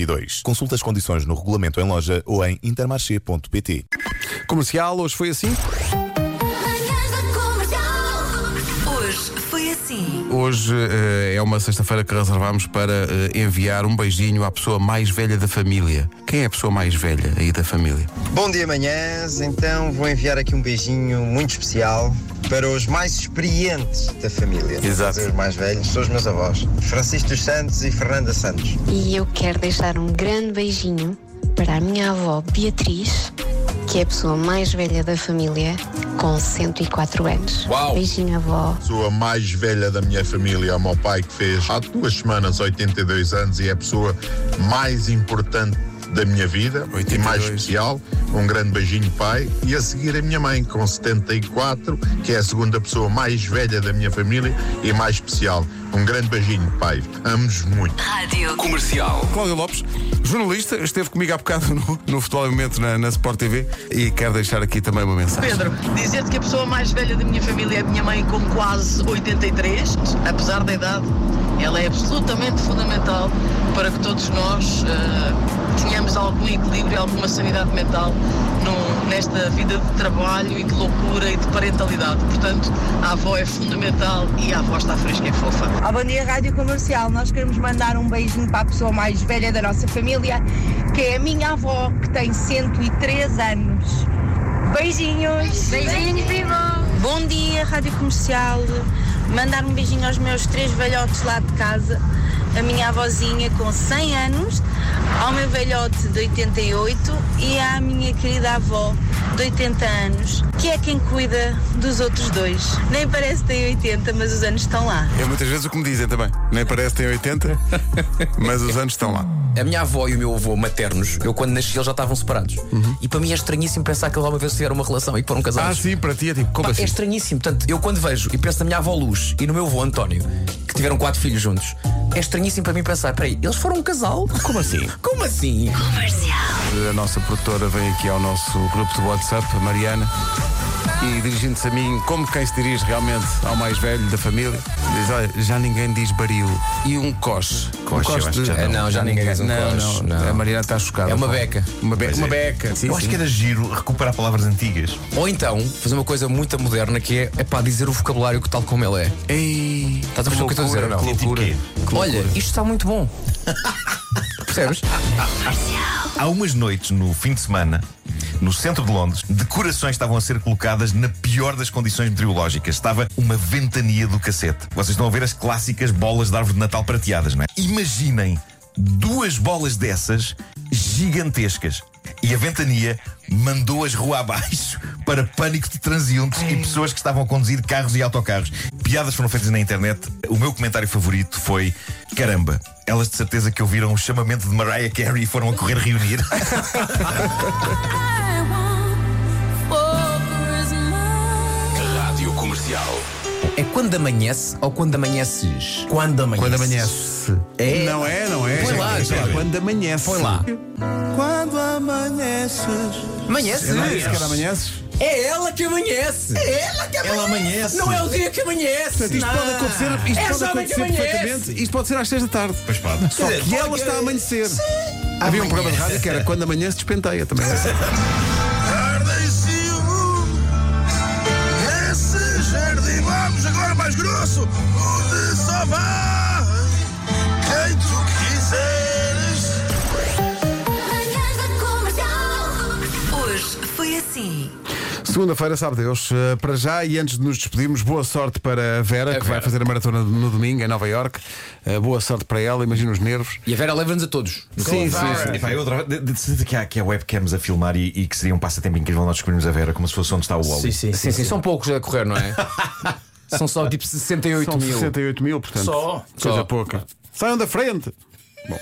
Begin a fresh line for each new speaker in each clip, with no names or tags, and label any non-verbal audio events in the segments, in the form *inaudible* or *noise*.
2022. Consulta as condições no regulamento em loja ou em intermarché.pt.
Comercial, hoje foi assim.
Manhãs da Comercial. Hoje foi assim.
Hoje eh, é uma sexta-feira que reservámos para eh, enviar um beijinho à pessoa mais velha da família. Quem é a pessoa mais velha aí da família?
Bom dia, manhãs. Então vou enviar aqui um beijinho muito especial para os mais experientes da família.
Exato.
Os mais velhos são os meus avós, Francisco dos Santos e Fernanda Santos.
E eu quero deixar um grande beijinho para a minha avó Beatriz, que é a pessoa mais velha da família, com 104 anos.
Uau!
Beijinho, avó.
pessoa mais velha da minha família, ao meu pai, que fez há duas semanas 82 anos e é a pessoa mais importante da minha vida e
82.
mais especial. Um grande beijinho, pai. E a seguir a minha mãe, com 74, que é a segunda pessoa mais velha da minha família e mais especial. Um grande beijinho, pai. Amo-vos muito.
Rádio
Comercial.
Cláudio Lopes, jornalista, esteve comigo há bocado no, no Futebol em Momento na, na Sport TV e quero deixar aqui também uma mensagem.
Pedro, dizer-te que a pessoa mais velha da minha família é a minha mãe com quase 83, apesar da idade, ela é absolutamente fundamental para que todos nós ah, tenhamos algum equilíbrio e alguma sanidade mental no- nesta vida de trabalho e de loucura e de parentalidade. Portanto, a avó é fundamental e a avó está fresca e fofa.
Ó, bom dia, Rádio Comercial. Nós queremos mandar um beijinho para a pessoa mais velha da nossa família, que é a minha avó, que tem 103 anos. Beijinhos!
Beijinhos, Vivo.
Bom dia, Rádio Comercial. Mandar um beijinho aos meus três velhotes lá de casa. A minha avózinha com 100 anos, ao meu velhote de 88 e à minha querida avó de 80 anos, que é quem cuida dos outros dois. Nem parece que tem 80, mas os anos estão lá.
É muitas vezes o que me dizem também. Nem parece que tem 80, mas os anos estão lá.
A minha avó e o meu avô maternos, eu quando nasci eles já estavam separados. E para mim é estranhíssimo pensar que eles alguma vez tiveram uma relação e que foram
Ah,
casados.
sim, para ti é tipo, como
Pá,
assim?
É estranhíssimo. Portanto, eu quando vejo e penso na minha avó Luz e no meu avô António, que tiveram quatro filhos juntos, é estranhíssimo para mim pensar: peraí, eles foram um casal? Como assim? *laughs* Como assim?
A nossa produtora vem aqui ao nosso grupo de WhatsApp, a Mariana, e dirigindo-se a mim, como quem se dirige realmente ao mais velho da família, diz: Olha, já ninguém diz baril. E um coche.
Coche, eu acho que já não. Não, já ninguém diz um
não,
coche,
Não,
não.
A Mariana está chocada.
É uma beca.
Uma beca. Uma beca. Sim,
Eu acho
sim.
que era giro recuperar palavras antigas.
Ou então, fazer uma coisa muito moderna que é, é para dizer o vocabulário que tal como ele é.
Ei,
Estás a perceber o que eu estou a dizer ou não?
Que loucura.
Tipo
Que loucura.
Olha, isto está muito bom. Percebes?
Há umas noites no fim de semana, no centro de Londres, decorações estavam a ser colocadas na pior das condições meteorológicas. Estava uma ventania do cacete. Vocês estão a ver as clássicas bolas de árvore de Natal prateadas, não é? Imaginem duas bolas dessas gigantescas. E a ventania mandou-as rua *laughs* abaixo para pânico de transeuntes e pessoas que estavam a conduzir carros e autocarros. Piadas foram feitas na internet. O meu comentário favorito foi: caramba, elas de certeza que ouviram o chamamento de Mariah Carey e foram a correr reunir.
Rádio Comercial. É quando amanhece ou quando amanheces? Quando amanhece.
Quando amanhece.
É.
Não é, não é?
Põe lá,
É
já.
Quando amanhece.
Põe lá.
Quando amanheces.
Amanhece.
Amanheces. Quando amanheces.
É ela que amanhece. É ela que amanhece.
Ela amanhece.
Não é o dia que amanhece.
Portanto, isto
Não.
pode acontecer, isto
É
pode
jovem que
acontecer
amanhece.
perfeitamente. Isto pode ser às 6 da tarde.
Pois pode.
Só
dizer,
que ela
pode-
está a amanhecer. Havia um programa de rádio que era quando amanhã se despenteia
*laughs*
também.
Esse jardim, vamos agora mais grosso, onde só vai quem tu quiseres.
Manhãs da Comercial. Hoje foi assim.
Segunda-feira, sabe Deus. eh, Para já e antes de nos despedirmos, boa sorte para a Vera, que vai
Vera.
fazer a maratona no domingo em Nova York. Boa sorte para ela, imagina os nervos.
E a Vera leva-nos a todos.
Sim, sim, sim.
Epá, eu adorava. De, de, certeza que, há, que há webcams a filmar e, e que seria um passatempo incrível nós descobrirmos a Vera como se fosse onde está o Wally.
Sim, sim, são poucos a correr, não é? são só tipo 68
São
mil.
68 mil, portanto.
Só?
Coisa
Só.
pouca. Saiam da frente! *laughs* Bom.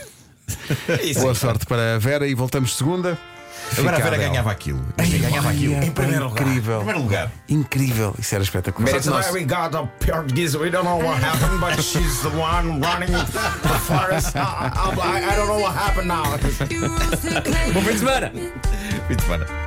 Boa sorte para a Vera e voltamos segunda.
Agora a
Fica
Vera
dela.
ganhava aquilo. ganhava aquilo.
Ai, é
Em primeiro lugar.
incrível.
Em primeiro lugar.
Incrível, isso era espetacular.
Mérito
é
nosso.
We got a Portuguese. We don't know what happened, but she's the one running the forest. I, I, I don't know what happened now.
Bom fim de semana.
Muito bem.